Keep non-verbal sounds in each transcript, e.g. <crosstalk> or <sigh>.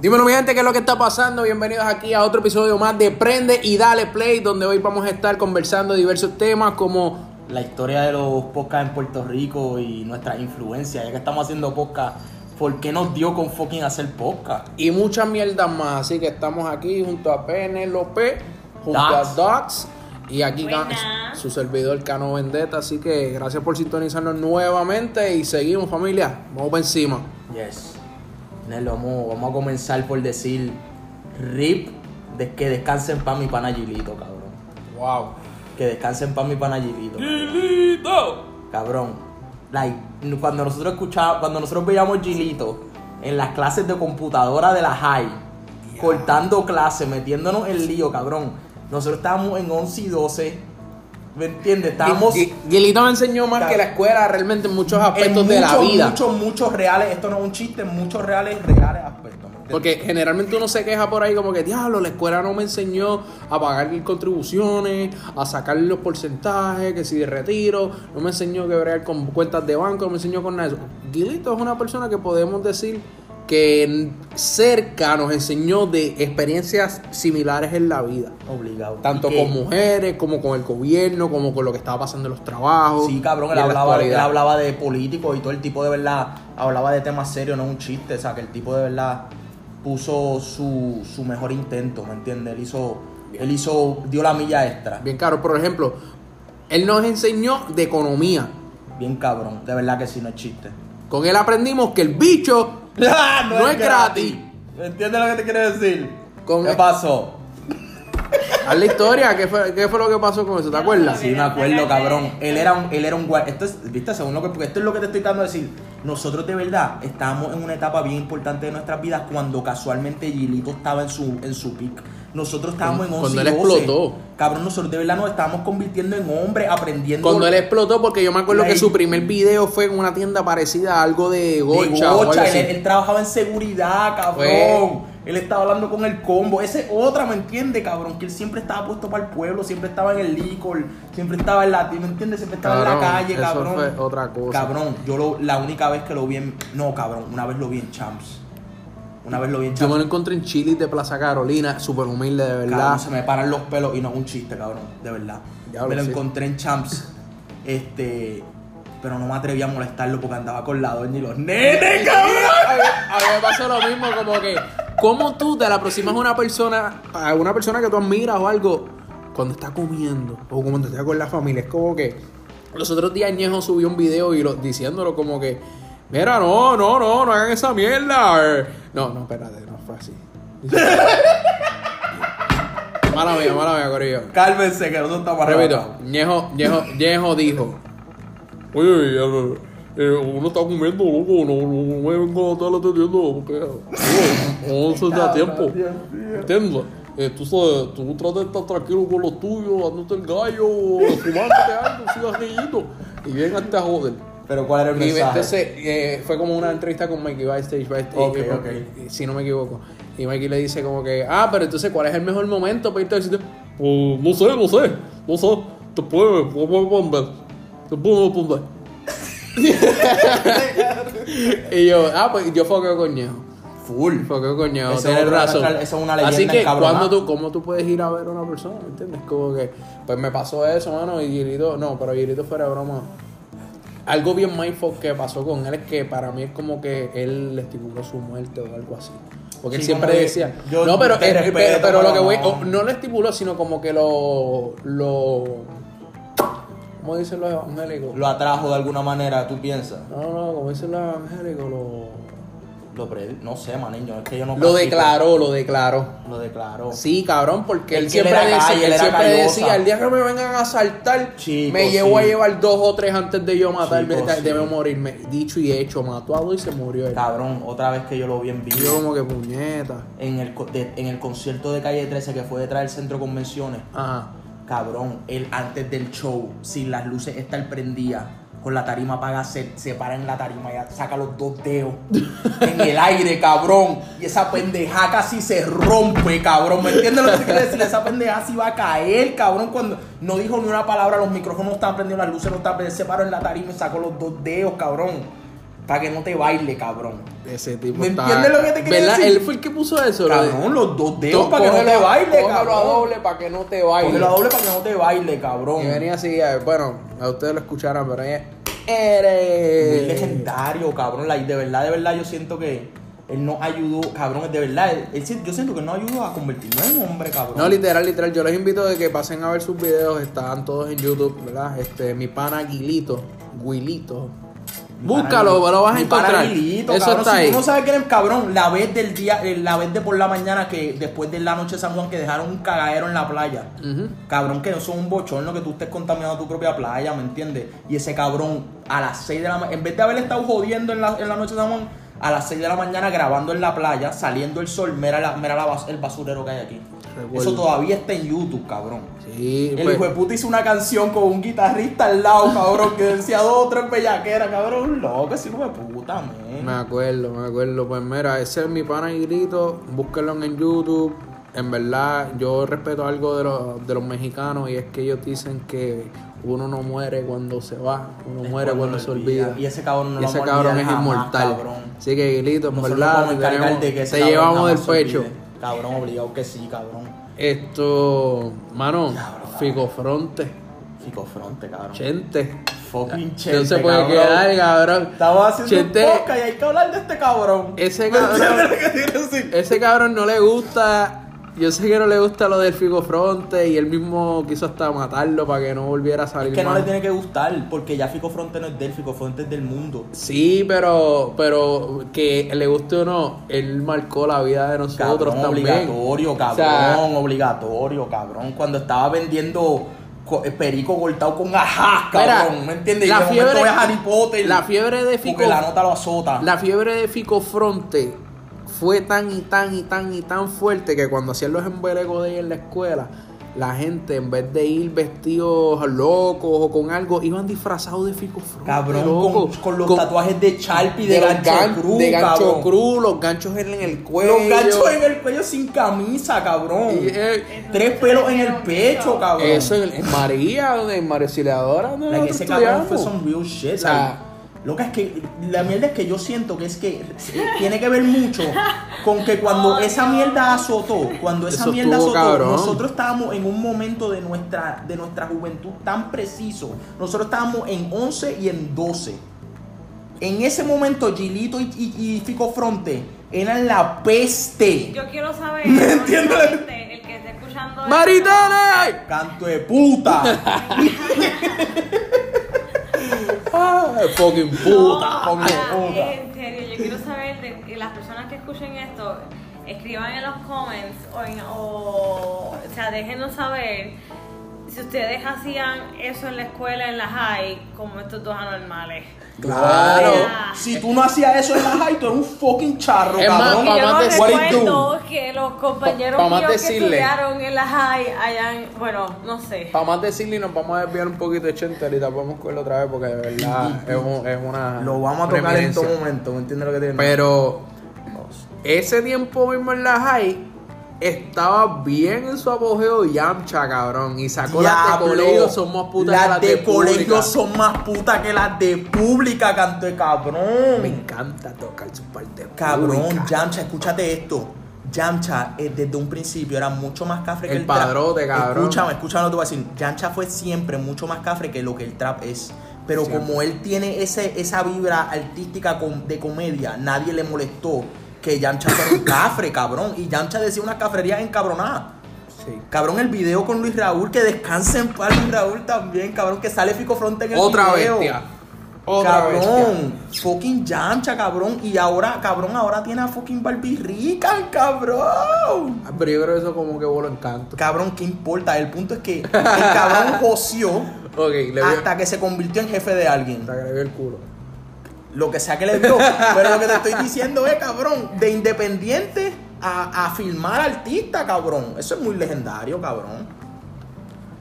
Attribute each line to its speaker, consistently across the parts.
Speaker 1: Dímelo, mi gente, qué es lo que está pasando. Bienvenidos aquí a otro episodio más de Prende y Dale Play, donde hoy vamos a estar conversando diversos temas como
Speaker 2: la historia de los podcasts en Puerto Rico y nuestras influencias, ya que estamos haciendo podcast, ¿por qué nos dio con fucking hacer podcast?
Speaker 1: y muchas mierdas más. Así que estamos aquí junto a Penelope, junto
Speaker 2: Dax.
Speaker 1: a Dax y aquí Ga-
Speaker 3: Buenas.
Speaker 1: su servidor Cano Vendetta. Así que gracias por sintonizarnos nuevamente y seguimos, familia. Vamos por encima.
Speaker 2: Yes. Nelo, vamos, vamos a comenzar por decir RIP, de que descansen pa' mi pana Gilito, cabrón.
Speaker 1: Wow.
Speaker 2: Que descansen pa' mi pana Gilito. Cabrón. Like, cuando nosotros escuchábamos, cuando nosotros veíamos Gilito en las clases de computadora de la high, cortando clases, metiéndonos en lío, cabrón. Nosotros estábamos en 11 y 12. ¿Me entiendes? Estábamos.
Speaker 1: Gui- Gui- Guilito me enseñó más
Speaker 2: Está-
Speaker 1: que la escuela realmente en muchos aspectos
Speaker 2: en
Speaker 1: de la
Speaker 2: muchos,
Speaker 1: vida.
Speaker 2: Muchos, muchos reales. Esto no es un chiste, en muchos reales, reales aspectos. ¿me entiendes?
Speaker 1: Porque generalmente uno se queja por ahí como que, diablo, la escuela no me enseñó a pagar mis contribuciones, a sacar los porcentajes, que si de retiro, no me enseñó que bregar con cuentas de banco, no me enseñó con nada de eso. Guilito es una persona que podemos decir que n- cerca nos enseñó de experiencias similares en la vida.
Speaker 2: Obligado.
Speaker 1: Tanto
Speaker 2: Y que-
Speaker 1: con mujeres, como con el gobierno, como con lo que estaba pasando en los trabajos.
Speaker 2: Sí, cabrón,
Speaker 1: y en
Speaker 2: él
Speaker 1: la
Speaker 2: hablaba, él
Speaker 1: actualidad.
Speaker 2: hablaba de políticos y todo el tipo de verdad hablaba de temas serios, no un chiste. O sea, que el tipo de verdad puso su, su mejor intento, ¿me entiendes? Él hizo, él hizo, dio la milla extra. Bien.
Speaker 1: Bien caro, por ejemplo, él nos enseñó de economía.
Speaker 2: cabrón, de verdad que sí, no es chiste. <laughs>
Speaker 1: Con él aprendimos que el bicho No es gratis.
Speaker 2: ¿Me entiendes lo que te quiero decir?
Speaker 1: Con-
Speaker 2: ¿Qué pasó?
Speaker 1: Haz la historia, ¿qué fue, qué fue lo que pasó con eso? ¿Te
Speaker 3: No,
Speaker 1: acuerdas?
Speaker 2: Sí, me acuerdo, cabrón. Él era un, él era un guar- Esto es, viste, según lo que, porque esto es lo que te estoy tratando de decir. Nosotros de verdad estábamos en una etapa bien importante de nuestras vidas cuando casualmente Gilito estaba en su, en su pick. Nosotros estábamos en 11
Speaker 1: Cuando
Speaker 2: y
Speaker 1: él
Speaker 2: 12.
Speaker 1: explotó.
Speaker 2: Cabrón, nosotros de verdad nos estábamos convirtiendo en hombres, aprendiendo.
Speaker 1: Cuando él explotó, porque yo me acuerdo que
Speaker 2: Ahí.
Speaker 1: su primer video fue en una tienda parecida a algo de
Speaker 2: de
Speaker 1: Gocha. o algo
Speaker 2: gocha,
Speaker 1: así.
Speaker 2: él, él trabajaba en seguridad, cabrón.
Speaker 1: Fue-
Speaker 2: Él estaba hablando con el combo. Esa es otra, ¿me entiende, cabrón? Que él siempre estaba puesto para el pueblo, siempre estaba en el licor, siempre estaba en la, ¿me entiendes? Siempre estaba en la
Speaker 1: Cabrón,
Speaker 2: calle,
Speaker 1: eso
Speaker 2: cabrón.
Speaker 1: fue otra cosa.
Speaker 2: Cabrón, yo lo- la única vez que lo vi en. No, cabrón, una vez lo vi en Champs. Una vez lo vi en
Speaker 1: Yo me
Speaker 2: Champs.
Speaker 1: lo encontré en Chile de Plaza Carolina, súper humilde, de verdad.
Speaker 2: Cabrón, se me paran los pelos y no es un chiste, cabrón, de verdad.
Speaker 1: Diablo,
Speaker 2: me lo
Speaker 1: sí.
Speaker 2: encontré en Champs. Este. Pero no me atreví a molestarlo porque andaba con la doña y los nenes, cabrón.
Speaker 1: A mí- a mí me pasó lo mismo, como que, ¿cómo tú te la aproximas a una persona, a una persona que tú admiras o algo, cuando está comiendo o cuando está con la familia? Es como que los otros días Ñejo subió un video y lo, diciéndolo como que, mira, no, no, no, no hagan esa mierda. eh". No, no, espérate, no fue así. <laughs> mala mía, mala mía, Corillo.
Speaker 2: Cálmense, que nosotros estamos
Speaker 1: Repito,
Speaker 2: arrebatados.
Speaker 1: Ñejo, Ñejo, Ñejo dijo.
Speaker 4: Oye, eh, eh, uno está comiendo, loco, no, no, no me vengo a estar atendiendo, porque no, no se da tiempo. ¿Entiendes? Eh, tú sabes, tú tratas de estar tranquilo con los tuyos, dándote el gallo, fumándote algo, cigajillito, y bien hasta joder.
Speaker 2: Pero ¿cuál era el
Speaker 1: Y
Speaker 2: mensaje?
Speaker 1: entonces eh, fue como una entrevista con Mikey backstage, backstage
Speaker 2: Ok,
Speaker 1: eh,
Speaker 2: ok.
Speaker 1: si no me equivoco. Y Mikey le dice como que, ah, pero entonces, ¿cuál es el mejor momento para irte al sitio?
Speaker 4: Pues, no sé, no sé, no sé, te puedes, te puedes bombear, te puedes bombear.
Speaker 1: <laughs> Y yo, ah, pues yo foqueo con Ñejo.
Speaker 2: Full.
Speaker 1: Foqueo con Ñejo,
Speaker 2: Esa es
Speaker 1: tienes
Speaker 2: otra-
Speaker 1: razón.
Speaker 2: esa- esa es una leyenda
Speaker 1: Así que,
Speaker 2: encabronada.
Speaker 1: cuando tú, ¿cómo tú puedes ir a ver a una persona? ¿Me entiendes? Como que, pues me pasó eso, mano, y Girito, no, pero Girito fuera de broma. Algo bien mindful que pasó con él es que para mí es como que él le estimuló su muerte o algo así. Porque él
Speaker 2: Sí,
Speaker 1: siempre
Speaker 2: como que
Speaker 1: decía,
Speaker 2: yo
Speaker 1: no, pero,
Speaker 2: te
Speaker 1: eh, pero-
Speaker 2: respeto,
Speaker 1: pero, lo que
Speaker 2: pero
Speaker 1: voy,
Speaker 2: no".
Speaker 1: o- no le estimuló, sino como que lo, lo, ¿cómo dicen los evangélicos?
Speaker 2: Lo atrajo de alguna manera, ¿tú piensas?
Speaker 1: No, no, como dicen los evangélicos, lo,
Speaker 2: Lo pre- No sé, maneño, es que yo no...
Speaker 1: lo
Speaker 2: practico.
Speaker 1: declaró, lo declaró.
Speaker 2: Lo declaró.
Speaker 1: Sí, cabrón, porque
Speaker 2: Es
Speaker 1: él
Speaker 2: que
Speaker 1: siempre,
Speaker 2: él era
Speaker 1: decía,
Speaker 2: calle,
Speaker 1: él
Speaker 2: él era
Speaker 1: siempre
Speaker 2: callosa.
Speaker 1: decía, el día que me vengan a asaltar,
Speaker 2: Chico,
Speaker 1: me llevo a
Speaker 2: sí.
Speaker 1: llevar dos o tres antes de yo matarme,
Speaker 2: Chico,
Speaker 1: de- de
Speaker 2: sí.
Speaker 1: yo morirme. Dicho y hecho, mató a dos y se murió él.
Speaker 2: Cabrón, otra vez que yo lo vi en
Speaker 1: Y Yo
Speaker 2: vivo.
Speaker 1: como que puñeta.
Speaker 2: En el, co- de- en el concierto de Calle 13 que fue detrás del centro de convenciones.
Speaker 1: Ajá.
Speaker 2: Cabrón, él antes del show, sin las luces, está él prendía. Con la tarima apagada, se, se para en la tarima y saca los dos
Speaker 1: <laughs>
Speaker 2: dedos en el aire, cabrón. Y esa pendeja casi se rompe, cabrón. ¿Me entiendes lo que te quiero decir? Esa pendeja sí va a caer, cabrón. Cuando no dijo ni una palabra, los micrófonos no estaban prendidos, las luces no estaban prendidas. Se paró en la tarima y sacó los dos dedos, cabrón. para que no te baile, cabrón.
Speaker 1: Ese tipo
Speaker 2: ¿Me
Speaker 1: está...
Speaker 2: entiendes lo que te quiero
Speaker 1: ¿Verdad?
Speaker 2: decir?
Speaker 1: Él fue el que puso eso. lo de-
Speaker 2: Cabrón, los dos dedos
Speaker 1: Tú
Speaker 2: para que no te
Speaker 1: cógelo-
Speaker 2: baile,
Speaker 1: cógelo a
Speaker 2: cabrón.
Speaker 1: doble para que no te baile.
Speaker 2: Cógelo a doble para que no te baile, cabrón.
Speaker 1: Y venía así, eh, bueno, a ustedes lo escucharon, pero ella... Eh,
Speaker 2: Muy
Speaker 1: ¡Eres!
Speaker 2: legendario, cabrón. Like, de verdad, de verdad, yo siento que él nos ayudó, cabrón. De verdad, él- él sí- yo siento que él nos ayudó a convertirnos en hombre, cabrón.
Speaker 1: No, literal, literal. Yo les invito de que pasen a ver sus videos. Están todos en YouTube, ¿verdad? Este, mi pana Guilito. Guilito. Búscalo, lo vas a
Speaker 2: Mi pana
Speaker 1: encontrar.
Speaker 2: Lilito,
Speaker 1: Eso
Speaker 2: cabrón.
Speaker 1: está
Speaker 2: si
Speaker 1: ahí.
Speaker 2: tú no sabes quién es, cabrón, la vez del día, eh, la vez de por la mañana que después de la noche de San Juan que dejaron un cagadero en la playa.
Speaker 1: Ujú.
Speaker 2: Cabrón, que no son un bochorno que tú estés contaminando tu propia playa, ¿me entiendes? Y ese cabrón a las 6 de la mañana, en vez de haber estado jodiendo en la, en la noche de San Juan, a las 6 de la mañana grabando en la playa, saliendo el sol, mira, la, mira la bas- el basurero que hay aquí.
Speaker 1: Recuerdo.
Speaker 2: Eso todavía está en YouTube, cabrón.
Speaker 1: Sí,
Speaker 2: El
Speaker 1: pues,
Speaker 2: hijo de puta hizo una canción con un guitarrista al lado, cabrón, que decía dos o tres bellaqueras, cabrón, loco, ese hijo de puta, man.
Speaker 1: me acuerdo, me acuerdo. Pues mira, ese es mi pana Guilito. Búsquenlo en YouTube. En verdad, yo respeto algo de los, de los mexicanos y es que ellos dicen que uno no muere cuando se va, uno
Speaker 2: Es
Speaker 1: muere cuando
Speaker 2: cuando lo
Speaker 1: se
Speaker 2: olvida.
Speaker 1: olvida.
Speaker 2: Y ese cabrón no
Speaker 1: Y
Speaker 2: lo
Speaker 1: ese
Speaker 2: vamos a
Speaker 1: cabrón es
Speaker 2: olvidar jamás,
Speaker 1: inmortal.
Speaker 2: cabrón.
Speaker 1: Así que, Guilito, en
Speaker 2: Nosotros
Speaker 1: verdad,
Speaker 2: vamos a
Speaker 1: te
Speaker 2: encargar
Speaker 1: tenemos-
Speaker 2: de que ese
Speaker 1: te
Speaker 2: cabrón
Speaker 1: llevamos del
Speaker 2: jamás se
Speaker 1: pecho.
Speaker 2: olvide. Cabrón, obligado que sí, cabrón.
Speaker 1: Esto, mano,
Speaker 2: Cabrón.
Speaker 1: Ficofronte,
Speaker 2: Fico fronte, cabrón.
Speaker 1: Chente.
Speaker 2: Fucking chente,
Speaker 1: No se puede
Speaker 2: cabrón.
Speaker 1: quedar, cabrón.
Speaker 2: Estamos haciendo
Speaker 1: Chente,
Speaker 2: un podcast y hay que hablar de este cabrón. <laughs>
Speaker 1: Ese cabrón, Eh,
Speaker 2: ¿Qué quiero decir?
Speaker 1: ese cabrón no le gusta. Yo sé que no le gusta lo del Ficofronte y él mismo quiso hasta matarlo para que no volviera a salir.
Speaker 2: Que no
Speaker 1: más.
Speaker 2: le tiene que gustar, porque ya Fico Fronte no es del Fico Fronte es del mundo.
Speaker 1: Sí, pero, pero que le guste o no, él marcó la vida de nosotros
Speaker 2: Cabrón,
Speaker 1: también.
Speaker 2: obligatorio,
Speaker 1: O
Speaker 2: cabrón,
Speaker 1: sea,
Speaker 2: obligatorio, cabrón. Cuando estaba vendiendo co- eh, perico cortado con ajá,
Speaker 1: Mira,
Speaker 2: cabrón, ¿me entiendes? Y
Speaker 1: la
Speaker 2: de momento
Speaker 1: fiebre-
Speaker 2: ve a Harry Potter.
Speaker 1: la fiebre de
Speaker 2: Porque
Speaker 1: Fico-
Speaker 2: la nota lo azota.
Speaker 1: La fiebre de Ficofronte fue tan y tan y tan y tan fuerte que cuando hacían los embelecos de ella en la escuela, la gente en vez de ir vestidos locos o con algo, iban disfrazados de Ficofronte.
Speaker 2: Cabrón,
Speaker 1: loco.
Speaker 2: con, con los tatuajes de Charpi de,
Speaker 1: los
Speaker 2: gancho
Speaker 1: gan-
Speaker 2: cruz,
Speaker 1: de gancho
Speaker 2: cabrón.
Speaker 1: cruz, los ganchos en el cuello.
Speaker 2: Los ganchos en el cuello sin camisa, cabrón.
Speaker 1: Y, eh,
Speaker 2: Tres pelos en el pecho, cabrón.
Speaker 1: Eso en, en María, en María Auxiliadora, donde
Speaker 2: Like,
Speaker 1: nosotros
Speaker 2: ese cabrón
Speaker 1: estudiamos.
Speaker 2: fue some real shit.
Speaker 1: O sea,
Speaker 2: like, loca, es que la mierda es que yo siento que es que eh, tiene que ver mucho con que
Speaker 1: <laughs>
Speaker 2: cuando esa mierda azotó, cuando esa
Speaker 1: Eso
Speaker 2: mierda
Speaker 1: estuvo
Speaker 2: azotó,
Speaker 1: cabrón.
Speaker 2: nosotros estábamos en un momento de nuestra, de nuestra juventud tan preciso. Nosotros estábamos en 11 y en 12. En ese momento, Gilito y, y- y Fico Fronte eran la peste.
Speaker 3: Yo quiero saber.
Speaker 2: ¿Me entiendes?
Speaker 3: honestamente, El que esté escuchando.
Speaker 1: ¡Maritales!
Speaker 2: Canto de puta.
Speaker 1: Ah, fucking puta,
Speaker 3: No,
Speaker 1: fucking
Speaker 3: ah,
Speaker 1: puta.
Speaker 3: En serio, yo quiero saber de que las personas que escuchen esto escriban en los comments o, en- o, o sea, déjenos saber si ustedes hacían eso en la escuela, en la high, como estos dos anormales.
Speaker 2: Claro.
Speaker 3: Yeah.
Speaker 2: Si tú no hacías eso en la high, tú eres un fucking charro,
Speaker 1: Es más,
Speaker 2: cabrón.
Speaker 3: Porque
Speaker 1: pa'
Speaker 3: yo no
Speaker 1: más decir-
Speaker 3: recuerdo que los compañeros
Speaker 1: Pa- pa' más
Speaker 3: míos que
Speaker 1: decirle.
Speaker 3: estudiaron en la high hayan, bueno, no sé.
Speaker 1: Para más decirle, nos vamos a desviar un poquito de Chente ahorita podemos cogerlo otra vez porque de verdad es, un- es una.
Speaker 2: Lo vamos a
Speaker 1: una
Speaker 2: tocar en
Speaker 1: eminencia.
Speaker 2: todo momento, ¿me entiendes lo que te digo?
Speaker 1: Pero ese tiempo mismo en la high estaba bien en su apogeo Yamcha, cabrón. Y sacó las de
Speaker 2: Diablo,
Speaker 1: colegio, son más putas que
Speaker 2: Las
Speaker 1: las
Speaker 2: de,
Speaker 1: de,
Speaker 2: colegio
Speaker 1: pública.
Speaker 2: son más putas que las de pública, canto de
Speaker 1: Me
Speaker 2: cabrón.
Speaker 1: encanta tocar su parte.
Speaker 2: Cabrón,
Speaker 1: pública.
Speaker 2: Yamcha, escúchate esto. Yamcha eh, desde un principio era mucho más cafre que
Speaker 1: El
Speaker 2: el, trap.
Speaker 1: padrote, cabrón.
Speaker 2: Escúchame, escúchame lo que te voy a decir. Yamcha fue siempre mucho más cafre que lo que el trap es. Pero como él tiene ese, esa vibra artística con- de comedia, nadie le molestó que Yamcha fuera un cafre, <laughs> cabrón. Y Yamcha decía unas cafrerías encabronadas.
Speaker 1: Sí.
Speaker 2: Cabrón, el video con Luis Raúl, que descanse en paz Luis Raúl también, cabrón, que sale Fico Fronte en el
Speaker 1: Otra
Speaker 2: video.
Speaker 1: bestia. Otra bestia.
Speaker 2: cabrón, fucking Yamcha, cabrón. Y ahora, cabrón, ahora tiene a fucking Barbie Rican, cabrón.
Speaker 1: Ah, Pero yo creo que eso como que voló encanto.
Speaker 2: Cabrón, ¿qué importa? El punto es que
Speaker 1: <laughs>
Speaker 2: el cabrón joció
Speaker 1: Ok, le vio,
Speaker 2: hasta que se convirtió en jefe de alguien.
Speaker 1: hasta que le vio el culo.
Speaker 2: Lo que sea que le dio. Pero lo que te estoy diciendo es, cabrón, de independiente a, a filmar artista, cabrón. Eso es muy legendario, cabrón.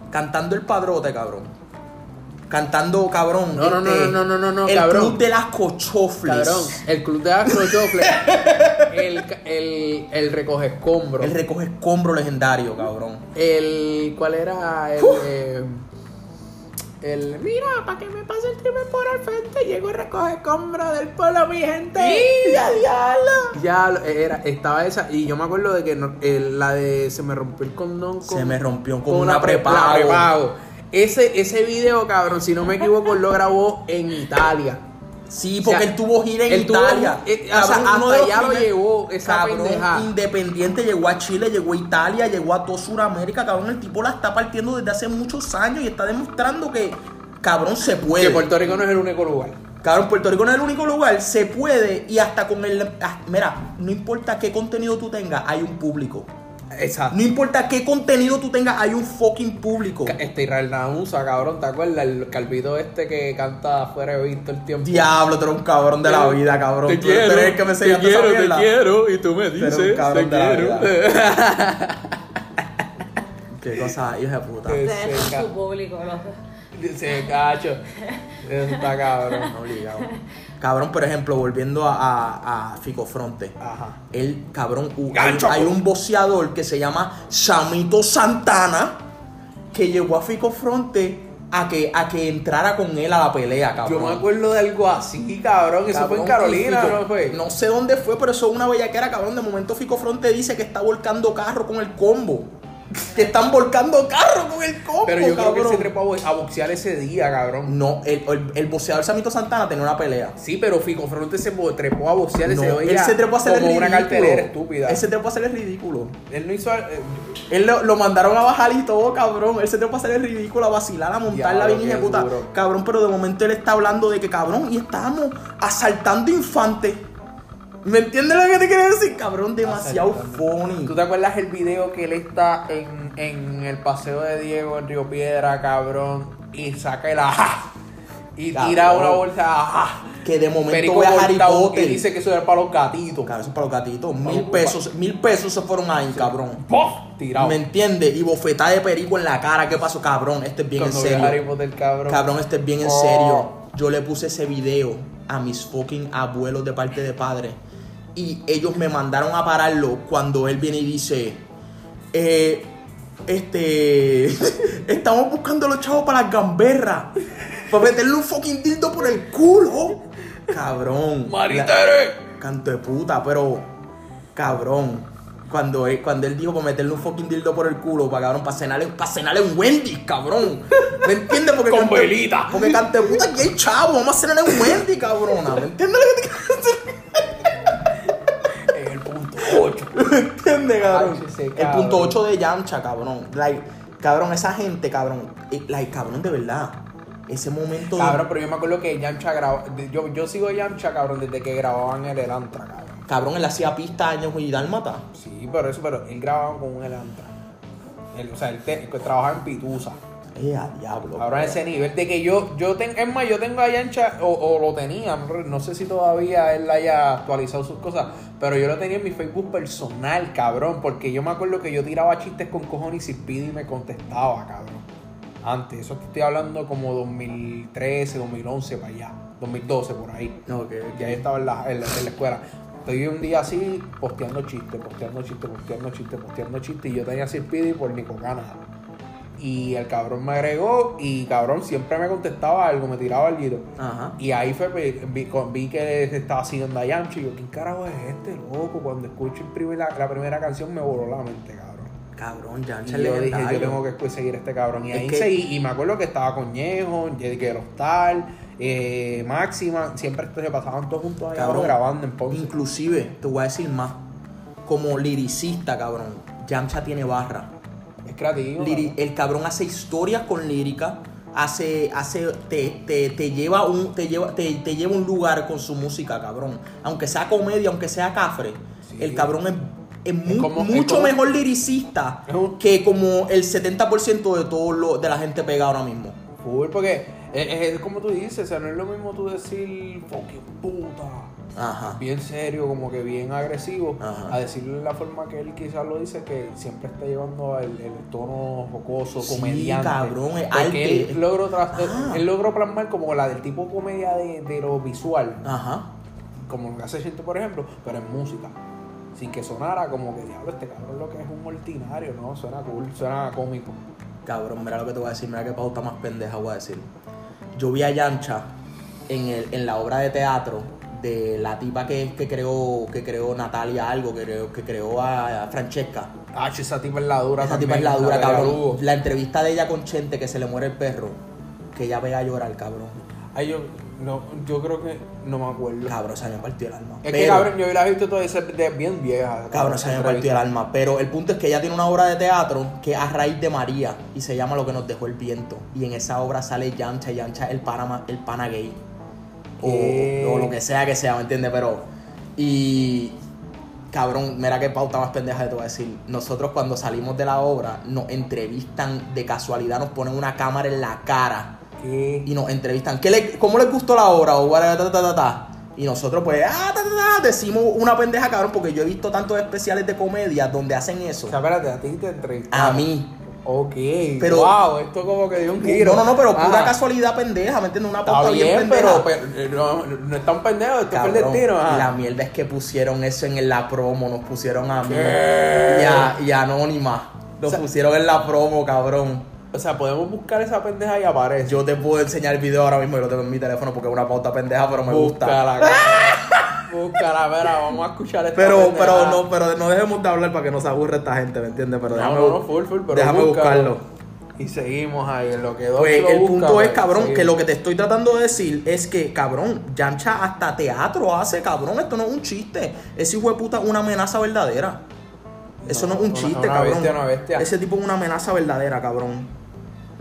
Speaker 2: Cantando el padrote, cabrón. Cantando, cabrón. este,
Speaker 1: No, no, no, no, no, no, no,
Speaker 2: El
Speaker 1: cabrón.
Speaker 2: club de las cochofles.
Speaker 1: Cabrón, el club de Astro Chofle, el, ca- el, el recoge escombro,
Speaker 2: El
Speaker 1: el,
Speaker 2: recoge escombro legendario, cabrón.
Speaker 1: ¿Cuál era? El, eh,
Speaker 2: el mira, para que me pase el crimen por el frente, llego y recoge escombros del pueblo, mi gente. ¡Ya, diablo!
Speaker 1: Ya lo- era, estaba esa. Y yo me acuerdo de que no- eh, la de se me rompió el condón con.
Speaker 2: Se me rompió con,
Speaker 1: con
Speaker 2: una
Speaker 1: pre-
Speaker 2: prepago.
Speaker 1: la prepago. Ese, ese video, cabrón, si no me equivoco, lo grabó en Italia.
Speaker 2: Sí, porque
Speaker 1: O sea,
Speaker 2: él tuvo gira en
Speaker 1: él tuvo-
Speaker 2: Italia.
Speaker 1: eh, o sea,
Speaker 2: uno
Speaker 1: hasta
Speaker 2: de los
Speaker 1: allá lo
Speaker 2: primer-
Speaker 1: llevó esa
Speaker 2: cabrón,
Speaker 1: pendejada.
Speaker 2: independiente, llegó a Chile, llegó a Italia, llegó a toda Sudamérica. Cabrón, el tipo la está partiendo desde hace muchos años y está demostrando que, cabrón, se puede.
Speaker 1: Que Puerto Rico no es el único lugar.
Speaker 2: Cabrón, Puerto Rico no es el único lugar, se puede y hasta con el... ah, mira, no importa qué contenido tú tengas, hay un público.
Speaker 1: Exacto.
Speaker 2: No importa qué contenido tú tengas, hay un fucking público.
Speaker 1: Este Israel Namusa, cabrón, ¿te acuerdas? El calvito este que canta afuera de Víctor el tiempo.
Speaker 2: Diablo, tú eres un cabrón de la vida, cabrón.
Speaker 4: Te
Speaker 2: Tú eres
Speaker 4: quiero,
Speaker 2: el que me
Speaker 4: te
Speaker 2: enseñaste esa
Speaker 4: quiero, te
Speaker 2: mierda.
Speaker 4: quiero, y tú me dices,
Speaker 2: un
Speaker 4: te
Speaker 2: cabrón de la
Speaker 4: quiero.
Speaker 1: <laughs>
Speaker 2: Qué cosa, hijo de puta.
Speaker 1: Eh,
Speaker 3: Ustedes
Speaker 1: Seca.
Speaker 3: son su público, los dos.
Speaker 1: Dice, cacho. Eso está cabrón.
Speaker 2: Obligado. Cabrón, por ejemplo, volviendo a, a, a Fico Fronte.
Speaker 1: Ajá.
Speaker 2: El cabrón, u- hay,
Speaker 1: Gancho.
Speaker 2: hay un boceador que se llama Samito Santana que llegó a Fico Fronte a que, a que entrara con él a la pelea,
Speaker 1: Yo
Speaker 2: cabrón.
Speaker 1: me acuerdo de algo así, cabrón. Eso fue en
Speaker 2: Cabrón, y
Speaker 1: Carolina,
Speaker 2: Fico-
Speaker 1: ¿no fue?
Speaker 2: No sé dónde fue, pero eso es una bellaquera, cabrón. De momento Fico Fronte dice que está volcando carro con el combo. Que están volcando carro con el combo,
Speaker 1: Pero yo creo
Speaker 2: cabrón.
Speaker 1: que él se trepó a bo- a boxear ese día, cabrón.
Speaker 2: No, el, el, el boxeador Samito Santana tenía una pelea.
Speaker 1: Sí, pero Fico Fronte se bo- trepó a boxear ese
Speaker 2: No,
Speaker 1: día.
Speaker 2: él se trepó a hacer el
Speaker 1: Como
Speaker 2: ridículo.
Speaker 1: una cartelera estúpida.
Speaker 2: Él se trepó a hacer el ridículo.
Speaker 1: Él no hizo. al- eh,
Speaker 2: Él lo, lo mandaron a bajar y todo, cabrón. Él se trepó a hacer el ridículo, a vacilar, a montarla
Speaker 1: Diablo,
Speaker 2: bien
Speaker 1: qué
Speaker 2: hija de puta.
Speaker 1: duro.
Speaker 2: Cabrón, pero de momento él está hablando de que, cabrón, y estábamos asaltando infantes. ¿Me entiendes lo que te quiero decir? Cabrón, demasiado funny.
Speaker 1: ¿Tú te acuerdas el video que él está en, en el paseo de Diego en Río Piedra, cabrón? Y saca el ajá. Y tira
Speaker 2: Cabrón.
Speaker 1: una bolsa ajá.
Speaker 2: Que de momento
Speaker 1: Perico
Speaker 2: ve a Harry
Speaker 1: cortado,
Speaker 2: Potter.
Speaker 1: que dice que eso era para los gatitos.
Speaker 2: Cabrón, eso es para los gatitos. Mil
Speaker 1: Vamos,
Speaker 2: pesos, mil pesos se fueron ahí, cabrón.
Speaker 1: ¡Pof! Tirado.
Speaker 2: ¿Me entiendes? Y bofetada de perico en la cara. ¿Qué pasó, cabrón? Esto es bien
Speaker 1: Cuando
Speaker 2: en
Speaker 1: ve
Speaker 2: serio.
Speaker 1: a Harry Potter, cabrón.
Speaker 2: Cabrón, este es bien en
Speaker 1: Oh.
Speaker 2: serio. Yo le puse ese video a mis fucking abuelos de parte de padre. Y ellos me mandaron a pararlo cuando él viene y dice: eh, Este. <laughs> estamos buscando a los chavos para las gamberras. Para meterle un fucking dildo por el culo. Cabrón.
Speaker 1: ¡Maritere!
Speaker 2: Canto de puta, pero cabrón. Cuando él, cuando él dijo para meterle un fucking dildo por el culo, para cabrón, para cenarle, para cenarle un Wendy's, cabrón. ¿Me entiendes?
Speaker 1: <laughs>
Speaker 2: Porque
Speaker 1: Con
Speaker 2: canto-
Speaker 1: velita.
Speaker 2: Porque canto de puta aquí hay chavo, vamos a cenarle un Wendy's, cabrona. ¿Me entiendes lo que te quiero decir?
Speaker 1: En el punto 8.
Speaker 2: ¿Me entiendes, cabrón?
Speaker 1: Ay, ese
Speaker 2: El
Speaker 1: cabrón.
Speaker 2: punto 8 de Yamcha, cabrón. Like, cabrón, esa gente, cabrón. eh, Like, cabrón, de verdad. Ese momento. de-
Speaker 1: Cabrón, pero yo me acuerdo que Yamcha grabó. Yo, yo sigo a Yamcha, cabrón, desde que grababan el Elantra, cabrón.
Speaker 2: cabrón, él hacía pista años y dálmata.
Speaker 1: Sí, pero eso, pero él grababa con un Elantra. Él, o sea, él, te- él trabajaba en Pitusa.
Speaker 2: Eh, a diablo.
Speaker 1: Ahora a ese nivel de que yo, yo tengo, es más, yo tengo a Yancha, o, o lo tenía, no, re- no sé si todavía él haya actualizado sus cosas, pero yo lo tenía en mi Facebook personal, cabrón, porque yo me acuerdo que yo tiraba chistes con cojones y Silpidi me contestaba, cabrón. Antes, eso te estoy hablando como 2013, 2011 para allá, 2012 por ahí.
Speaker 2: No, que
Speaker 1: Ya yo estaba en la, en la- en la escuela. Estoy un día así posteando chistes, posteando chistes, posteando chistes, posteando chistes. Y yo tenía Silpidi por Nico Canadá. Y el cabrón me agregó y cabrón siempre me contestaba algo, me tiraba algo.
Speaker 2: Ajá.
Speaker 1: Y ahí fue, pues, vi, con- vi que se estaba haciendo a Yamcha y yo, ¿quién carajo es este, loco? Cuando escucho el primer- la, la primera canción me voló la mente, cabrón.
Speaker 2: Cabrón,
Speaker 1: Y
Speaker 2: Yamcha es
Speaker 1: yo dije, yo
Speaker 2: legendario.
Speaker 1: tengo que escu- seguir a este cabrón. Y
Speaker 2: Es
Speaker 1: ahí
Speaker 2: que-
Speaker 1: seguí. Y me acuerdo que estaba con Ñejo, Jedi Hostal, eh, Máxima. Siempre se pasaban todos juntos ahí abajo
Speaker 2: Cabrón,
Speaker 1: grabando en Ponce.
Speaker 2: Inclusive, te voy a decir más. Como liricista, cabrón. Yamcha tiene barra.
Speaker 1: Es creativo.
Speaker 2: Liri-
Speaker 1: cabrón.
Speaker 2: el cabrón hace historias con lírica. Hace, hace, te, te- te lleva un, te lleva, te, te lleva un lugar con su música, cabrón. Aunque sea comedia, aunque sea cafre,
Speaker 1: Sí.
Speaker 2: el cabrón es, es mu-
Speaker 1: como- es
Speaker 2: mucho
Speaker 1: como-
Speaker 2: mejor liricista
Speaker 1: Es un-
Speaker 2: que como el 70% de todo lo, de la gente pega ahora mismo.
Speaker 1: Full, porque es, es como tú dices, o sea, no es lo mismo tú decir fucking puta.
Speaker 2: Ajá.
Speaker 1: Bien serio, como que bien agresivo.
Speaker 2: Ajá.
Speaker 1: A decirlo en la forma que él quizás lo dice, que siempre está llevando el, el tono jocoso,
Speaker 2: Sí,
Speaker 1: comediante.
Speaker 2: cabrón,
Speaker 1: Porque
Speaker 2: es arte. Ah.
Speaker 1: Él logró, tras-
Speaker 2: Ajá.
Speaker 1: él logró plasmar como la del tipo comedia de, de lo visual.
Speaker 2: Ajá.
Speaker 1: como lo que hace gente por ejemplo, pero en música. Sin que sonara como que, diablo, este cabrón lo que es un ordinario, ¿no? Suena cool, suena cómico.
Speaker 2: Cabrón, mira lo que te voy a decir, mira qué pauta más pendeja voy a decir. Yo vi a Yancha en, el, en la obra de teatro de la tipa que, que creó que creó Natalia algo, que creó, que creó a, a Francesca.
Speaker 1: Ah, esa tipa es la dura.
Speaker 2: Esa tipa
Speaker 1: también,
Speaker 2: es la dura,
Speaker 1: de la
Speaker 2: cabrón.
Speaker 1: Lugo.
Speaker 2: La entrevista de ella con Chente, que se le muere el perro, que ella ve a llorar, cabrón.
Speaker 1: Ay, yo, no, yo creo que no me acuerdo.
Speaker 2: Cabrón, se me partió el alma.
Speaker 1: Es que,
Speaker 2: Pero-
Speaker 1: cabrón, yo la he visto toda esa de- bien vieja.
Speaker 2: Cabrón, se me partió el alma. Pero el punto es que ella tiene una obra de teatro que es a raíz de María y se llama Lo que nos dejó el viento. Y en esa obra sale Yancha, Yancha, el pana, el pana gay. O,
Speaker 1: Eh.
Speaker 2: o lo que sea que sea, ¿me entiendes? Pero. Y. Cabrón, mira qué pauta más pendeja de te voy a decir. Nosotros cuando salimos de la obra nos entrevistan de casualidad, nos ponen una cámara en la cara
Speaker 1: ¿Qué?
Speaker 2: y nos entrevistan. ¿Qué le, ¿Cómo les gustó la obra? O whatever, ta, ta, ta, ta. Y nosotros, pues, ah, ta, ta, ta, decimos una pendeja, cabrón, porque yo he visto tantos especiales de comedia donde hacen eso.
Speaker 1: O sea, espérate, a ti te entrevistaron.
Speaker 2: A mí.
Speaker 1: Ok.
Speaker 2: Pero-
Speaker 1: wow, esto como que dio un giro.
Speaker 2: No, no, no, pero pura
Speaker 1: Ajá.
Speaker 2: casualidad pendeja, ¿me entiendes? Una pauta
Speaker 1: Ah. Está
Speaker 2: bien,
Speaker 1: bien,
Speaker 2: pendeja.
Speaker 1: pero, pero, eh, no, no es tan pendejo, esto fue el
Speaker 2: Cabrón,
Speaker 1: destino. ajá.
Speaker 2: la mierda es que pusieron eso en la promo, nos pusieron a mí
Speaker 1: ¿Qué?
Speaker 2: y a, y a Anónima.
Speaker 1: O
Speaker 2: Nos
Speaker 1: sea-
Speaker 2: pusieron en la promo, cabrón.
Speaker 1: O sea, podemos buscar esa pendeja y aparece.
Speaker 2: Yo te puedo enseñar el video ahora mismo, yo lo tengo en mi teléfono porque es una pauta pendeja, pero me gusta.
Speaker 1: Búscala, cabrón. Búscala, verá, vamos a escuchar esta
Speaker 2: Pero,
Speaker 1: pendeja.
Speaker 2: pero no, pero no dejemos de hablar para que no se aburra esta gente, ¿me entiendes?
Speaker 1: No,
Speaker 2: Pero déjame,
Speaker 1: no,
Speaker 2: bu-
Speaker 1: no, full, full, pero
Speaker 2: déjame
Speaker 1: búscalo.
Speaker 2: buscarlo.
Speaker 1: Y seguimos ahí en lo que dos
Speaker 2: Pues
Speaker 1: lo
Speaker 2: el
Speaker 1: busca,
Speaker 2: punto es,
Speaker 1: pues,
Speaker 2: cabrón, que
Speaker 1: seguimos.
Speaker 2: lo que te estoy tratando de decir es que, cabrón, Yancha hasta teatro hace, cabrón. Esto no es un chiste. Ese hijo de puta es una amenaza verdadera. Eso no,
Speaker 1: No,
Speaker 2: es un
Speaker 1: una-
Speaker 2: chiste,
Speaker 1: una
Speaker 2: cabrón.
Speaker 1: bestia, una bestia.
Speaker 2: Ese tipo es una amenaza verdadera, cabrón.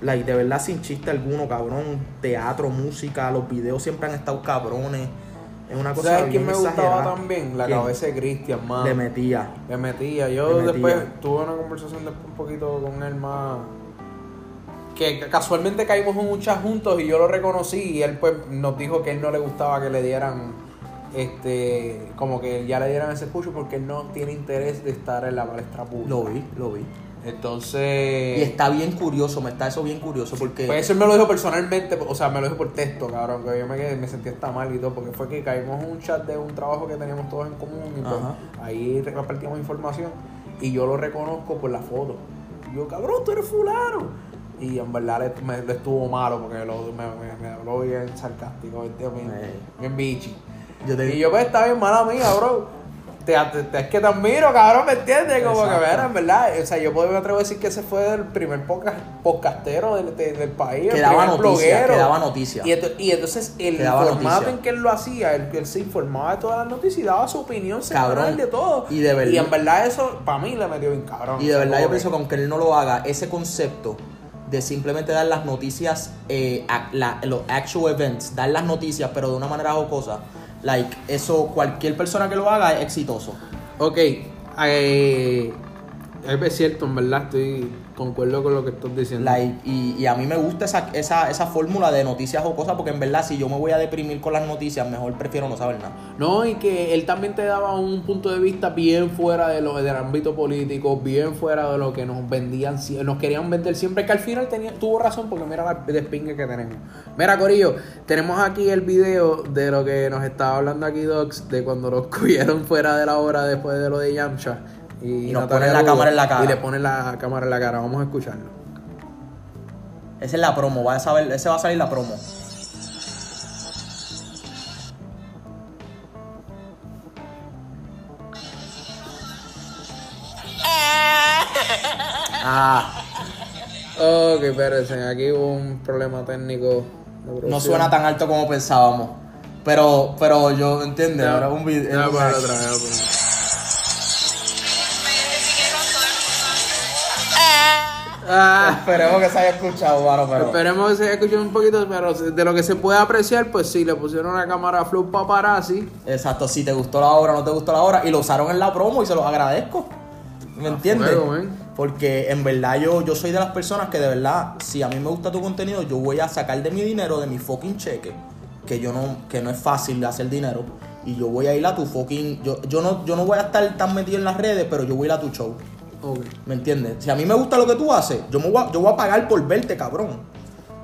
Speaker 2: Like, de verdad, sin chiste alguno, cabrón. Teatro, música, los videos siempre han estado cabrones. Es una cosa
Speaker 1: ¿Sabes
Speaker 2: bien
Speaker 1: quién me
Speaker 2: exagerada.
Speaker 1: gustaba también? La
Speaker 2: ¿Quién?
Speaker 1: cabeza de Cristian, mano.
Speaker 2: Le metía.
Speaker 1: Le metía. Yo
Speaker 2: Le metía.
Speaker 1: después tuve una conversación después un poquito con él más. Que casualmente caímos en un chat juntos y yo lo reconocí y él pues nos dijo que él no le gustaba que le dieran este como que ya le dieran ese pucho porque él no tiene interés de estar en la palestra pública.
Speaker 2: Lo vi, lo vi.
Speaker 1: Entonces
Speaker 2: Y está bien curioso, me está eso bien curioso porque...
Speaker 1: Eh. Pues eso él me lo dijo personalmente, o sea, me lo dijo por texto, cabrón, que yo me, quedé- me sentí hasta mal y todo, porque fue que caímos en un chat de un trabajo que teníamos todos en común y pues,
Speaker 2: Ajá.
Speaker 1: ahí repartimos información y yo lo reconozco por la foto. Y yo, cabrón, tú eres fulano. Y en verdad le, me- le estuvo malo porque lo- me, me- me habló bien sarcástico, ¿viste? bien,
Speaker 2: Ey.
Speaker 1: bien bichi.
Speaker 2: yo te
Speaker 1: Y yo, pues, está bien mala mía, bro. Te, te- te- es que te admiro, cabrón, ¿me entiendes? Como
Speaker 2: Exacto.
Speaker 1: que, verás, en verdad, o sea, yo puedo- me atrevo a decir que ese fue el primer podcast, podcastero del, de- del país,
Speaker 2: Que
Speaker 1: el
Speaker 2: daba
Speaker 1: primer
Speaker 2: noticias,
Speaker 1: bloguero.
Speaker 2: que daba noticias.
Speaker 1: Y, ento- y entonces, el
Speaker 2: Que daba
Speaker 1: formato
Speaker 2: noticias.
Speaker 1: en que él lo hacía, él, él se informaba de todas las noticias y daba su opinión semanal
Speaker 2: Cabrón.
Speaker 1: de todo.
Speaker 2: Y de verdad-
Speaker 1: en verdad, eso, para mí, le metió bien cabrón.
Speaker 2: Y de verdad yo
Speaker 1: Como
Speaker 2: pienso que aunque él no lo haga, ese concepto de simplemente dar las noticias, eh, a- la- los actual events, dar las noticias, pero de una manera jocosa, like, eso cualquier persona que lo haga es exitoso.
Speaker 5: Ok, eh, es cierto, en verdad, estoy concuerdo con lo que estás diciendo.
Speaker 2: Like, y, y a mí me gusta esa, esa, esa fórmula de noticias jocosas, porque en verdad si yo me voy a deprimir con las noticias, mejor prefiero no saber nada.
Speaker 5: No, y que él también te daba un punto de vista bien fuera de lo, del ámbito político, bien fuera de lo que nos vendían, si- nos querían vender siempre, que al final tenía, tuvo razón porque mira la despingue que tenemos. Mira, Corillo, tenemos aquí el video de lo que nos estaba hablando aquí Docs, de cuando nos <laughs> cogieron fuera de la obra después de lo de Yamcha. Y,
Speaker 2: Y nos
Speaker 5: Natalia
Speaker 2: ponen la
Speaker 5: Lugo,
Speaker 2: cámara en la cara.
Speaker 5: Y le ponen la cámara en la cara, vamos a escucharlo.
Speaker 2: Esa es la promo, va a saber, ese va a salir la promo. Ah,
Speaker 5: Ok, espérense, aquí hubo un problema técnico. de
Speaker 2: no
Speaker 5: producción.
Speaker 2: suena tan alto como pensábamos. Pero, pero yo entiendo,
Speaker 5: Ya,
Speaker 2: era un video.
Speaker 5: ya, para otra vez, ya, para otra. Ah.
Speaker 2: <laughs> Esperemos que se haya escuchado, mano, pero.
Speaker 5: Esperemos que se haya escuchado un poquito, pero de lo que se puede apreciar, pues sí, le pusieron una cámara flow paparazzi.
Speaker 2: Exacto, si te gustó la obra, no te gustó la obra. Y lo usaron en la promo y se los agradezco. ¿Me entiendes?
Speaker 5: fuego, man.
Speaker 2: Porque en verdad yo, yo soy de las personas que de verdad, si a mí me gusta tu contenido, yo voy a sacar de mi dinero, de mi fucking cheque, que yo no, que no es fácil de hacer dinero, y yo voy a ir a tu fucking, yo, yo no, yo no voy a estar tan metido en las redes, pero yo voy a ir a tu show.
Speaker 5: Ok.
Speaker 2: ¿Me entiendes? Si a mí me gusta lo que tú haces, yo, me voy, a, yo voy a pagar por verte, cabrón.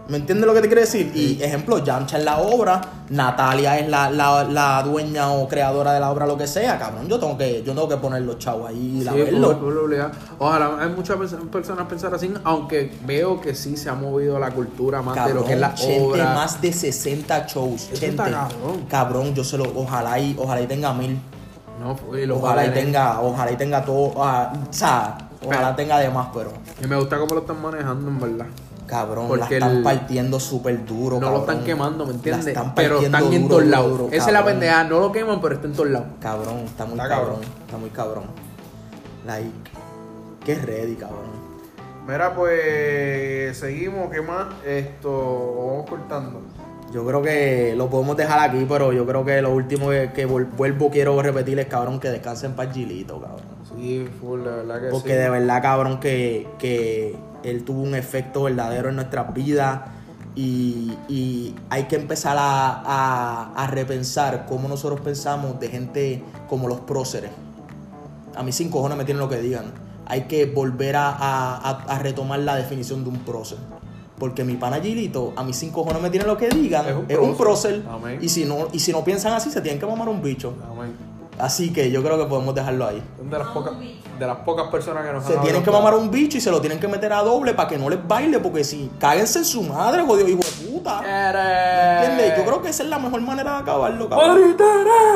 Speaker 2: ¿Me entiendes lo que te quiero decir? Y ejemplo, Yamcha es la obra, Natalia es la, la, la dueña o creadora de la obra, lo que sea, cabrón. Yo tengo que, yo tengo que poner los chavos ahí y la
Speaker 1: Sí,
Speaker 2: verlo.
Speaker 1: por- por la obligada. Ojalá hay muchas pers- personas pensar así, aunque veo que sí se ha movido la cultura más de lo que es la
Speaker 2: gente,
Speaker 1: obra.
Speaker 2: más de 60 shows.
Speaker 1: Eso está
Speaker 2: gente.
Speaker 1: cabrón.
Speaker 2: Cabrón, yo se lo, ojalá y, ojalá y tenga mil.
Speaker 1: No, y los
Speaker 2: Ojalá y
Speaker 1: jóvenes.
Speaker 2: tenga, ojalá y tenga todo, ah, o sea, ojalá
Speaker 1: Pero-
Speaker 2: tenga de más, pero
Speaker 1: Y me gusta cómo lo están manejando, en verdad.
Speaker 2: cabrón, la
Speaker 1: Porque
Speaker 2: están
Speaker 1: el-
Speaker 2: partiendo súper duro.
Speaker 1: No lo
Speaker 2: cabrón.
Speaker 1: están quemando, ¿me
Speaker 2: La
Speaker 1: entiendes?
Speaker 2: están
Speaker 1: pero
Speaker 2: partiendo
Speaker 1: están en
Speaker 2: duro,
Speaker 1: todos lados.
Speaker 2: duro,
Speaker 1: Esa es la
Speaker 2: cabrón.
Speaker 1: pendeja, no lo queman, pero está en todos lados.
Speaker 2: Cabrón, está muy
Speaker 6: Está
Speaker 2: cabrón.
Speaker 6: cabrón.
Speaker 2: Está muy cabrón. Like, qué ready, cabrón.
Speaker 6: Mira, pues seguimos, ¿qué más? Esto, vamos cortando.
Speaker 2: Yo creo que lo podemos dejar aquí, pero yo creo que lo último que, que vol- vuelvo quiero repetirles, cabrón, que descansen para Gilito, cabrón.
Speaker 6: Sí, full, la verdad que
Speaker 2: Porque
Speaker 6: sí.
Speaker 2: de verdad, cabrón, que, que él tuvo un efecto verdadero en nuestras vidas. Y, y hay que empezar a, a- a repensar cómo nosotros pensamos de gente como los próceres. A mí sin cojones me tienen lo que digan. Hay que volver a, a- a- a retomar la definición de un prócer. Porque mi pana Gilito, a mí sin cojones me tienen lo que digan.
Speaker 6: Es un
Speaker 2: Es un
Speaker 6: prócer.
Speaker 2: prócer.
Speaker 6: Amén.
Speaker 2: Y si, no, y si no piensan así, se tienen que mamar un bicho.
Speaker 6: Amén.
Speaker 2: Así que yo creo que podemos dejarlo ahí.
Speaker 6: Son de las, pocas, de las pocas personas que nos
Speaker 2: Se
Speaker 6: han
Speaker 2: tienen que
Speaker 6: hablado.
Speaker 2: mamar a un bicho y se lo tienen que meter a doble para que no les baile, porque si cáguense en su madre, jodido hijo de
Speaker 1: Eh.
Speaker 2: puta. ¿Entiendes? Yo creo que esa es la mejor manera de acabarlo, cabrón.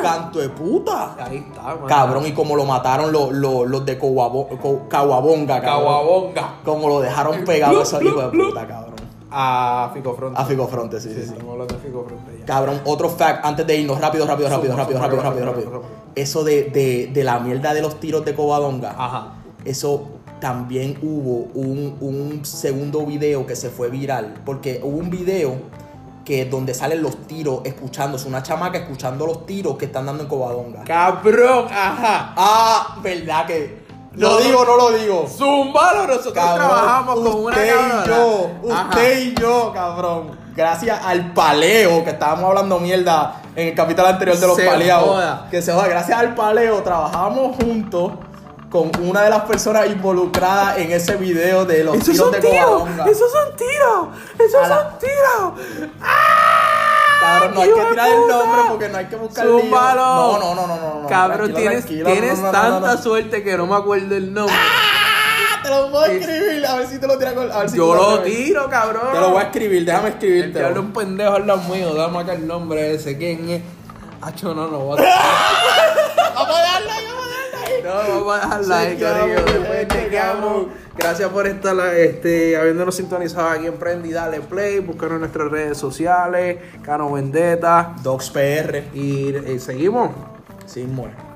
Speaker 2: Canto de puta.
Speaker 6: Ahí está, mano.
Speaker 2: Cabrón, y como lo mataron los, los, los de Coabo- Co- Caguabonga, cabrón.
Speaker 6: Caguabonga.
Speaker 2: Como lo dejaron pegado a esos hijos de puta, cabrón.
Speaker 6: A Fico Fronte.
Speaker 2: A Fico Fronte, sí, sí, sí.
Speaker 6: Estamos hablando de Fico Fronte ya.
Speaker 2: Cabrón, otro fact antes de irnos, rápido, rápido, rápido,
Speaker 6: Zumba,
Speaker 2: rápido,
Speaker 6: zumba,
Speaker 2: rápido, rápido,
Speaker 6: rápido,
Speaker 2: rápido.
Speaker 6: rápido, rápido.
Speaker 2: Eso de, de, de la mierda de los tiros de Covadonga.
Speaker 6: Ajá.
Speaker 2: eso también hubo un, un segundo video que se fue viral. Porque hubo un video que donde salen los tiros escuchándose, una chamaca escuchando los tiros que están dando en Covadonga.
Speaker 6: Cabrón, ajá.
Speaker 2: Ah, verdad que.
Speaker 6: No.
Speaker 2: Lo digo o no lo digo.
Speaker 6: Zumbalo, nosotros
Speaker 2: Cabrón,
Speaker 6: trabajamos con una
Speaker 2: usted
Speaker 6: cabrona.
Speaker 2: y yo,
Speaker 6: Ajá.
Speaker 2: usted y yo, cabrón. Gracias al paleo que estábamos hablando mierda en el capítulo anterior de los
Speaker 6: Se
Speaker 2: paleados.
Speaker 6: joda.
Speaker 2: Que se joda, gracias al paleo trabajamos juntos con una de las personas involucradas en ese video de los tiros de Covadonga.
Speaker 6: son tiros,
Speaker 2: A
Speaker 6: esos
Speaker 2: la-
Speaker 6: tiros.
Speaker 2: Cabrón, no hay
Speaker 6: hijo
Speaker 2: que
Speaker 6: de
Speaker 2: tirar el
Speaker 6: puta.
Speaker 2: nombre porque no hay que buscar lío.
Speaker 6: Zúmbalo.
Speaker 2: No, no, no, no, no, no.
Speaker 6: Cabrón,
Speaker 2: Tranquilo,
Speaker 6: tienes,
Speaker 2: tranquilo, no,
Speaker 6: tienes
Speaker 2: no, no, no,
Speaker 6: tanta
Speaker 2: no.
Speaker 6: suerte que no me acuerdo el nombre.
Speaker 2: Ah, Te lo voy a escribir, a ver si te lo tiras con. a ver si
Speaker 6: yo
Speaker 2: tú
Speaker 6: lo
Speaker 2: escribes.
Speaker 6: tiro, cabrón.
Speaker 2: Te lo voy a escribir, déjame
Speaker 6: El
Speaker 2: escribirte.
Speaker 6: diablo es un pendejo al lado mío. Dame acá el nombre ese. ¿Quién es? Hacho, no, no. Voy
Speaker 2: <laughs>
Speaker 6: a...
Speaker 2: Vamos a dejarlo ahí, vamos a dejarlo ahí.
Speaker 6: no, vamos a dejarla ahí,
Speaker 2: Chequeamos,
Speaker 6: corillo. Después
Speaker 2: gente,
Speaker 6: chequeamos.
Speaker 2: cabrón.
Speaker 6: Gracias por estar este, habiéndonos sintonizado aquí en Prendi. Dale play. Búscanos en nuestras redes sociales. Cano Vendetta.
Speaker 2: Docs PR.
Speaker 6: Y, y seguimos.
Speaker 2: eh, Sin muerte.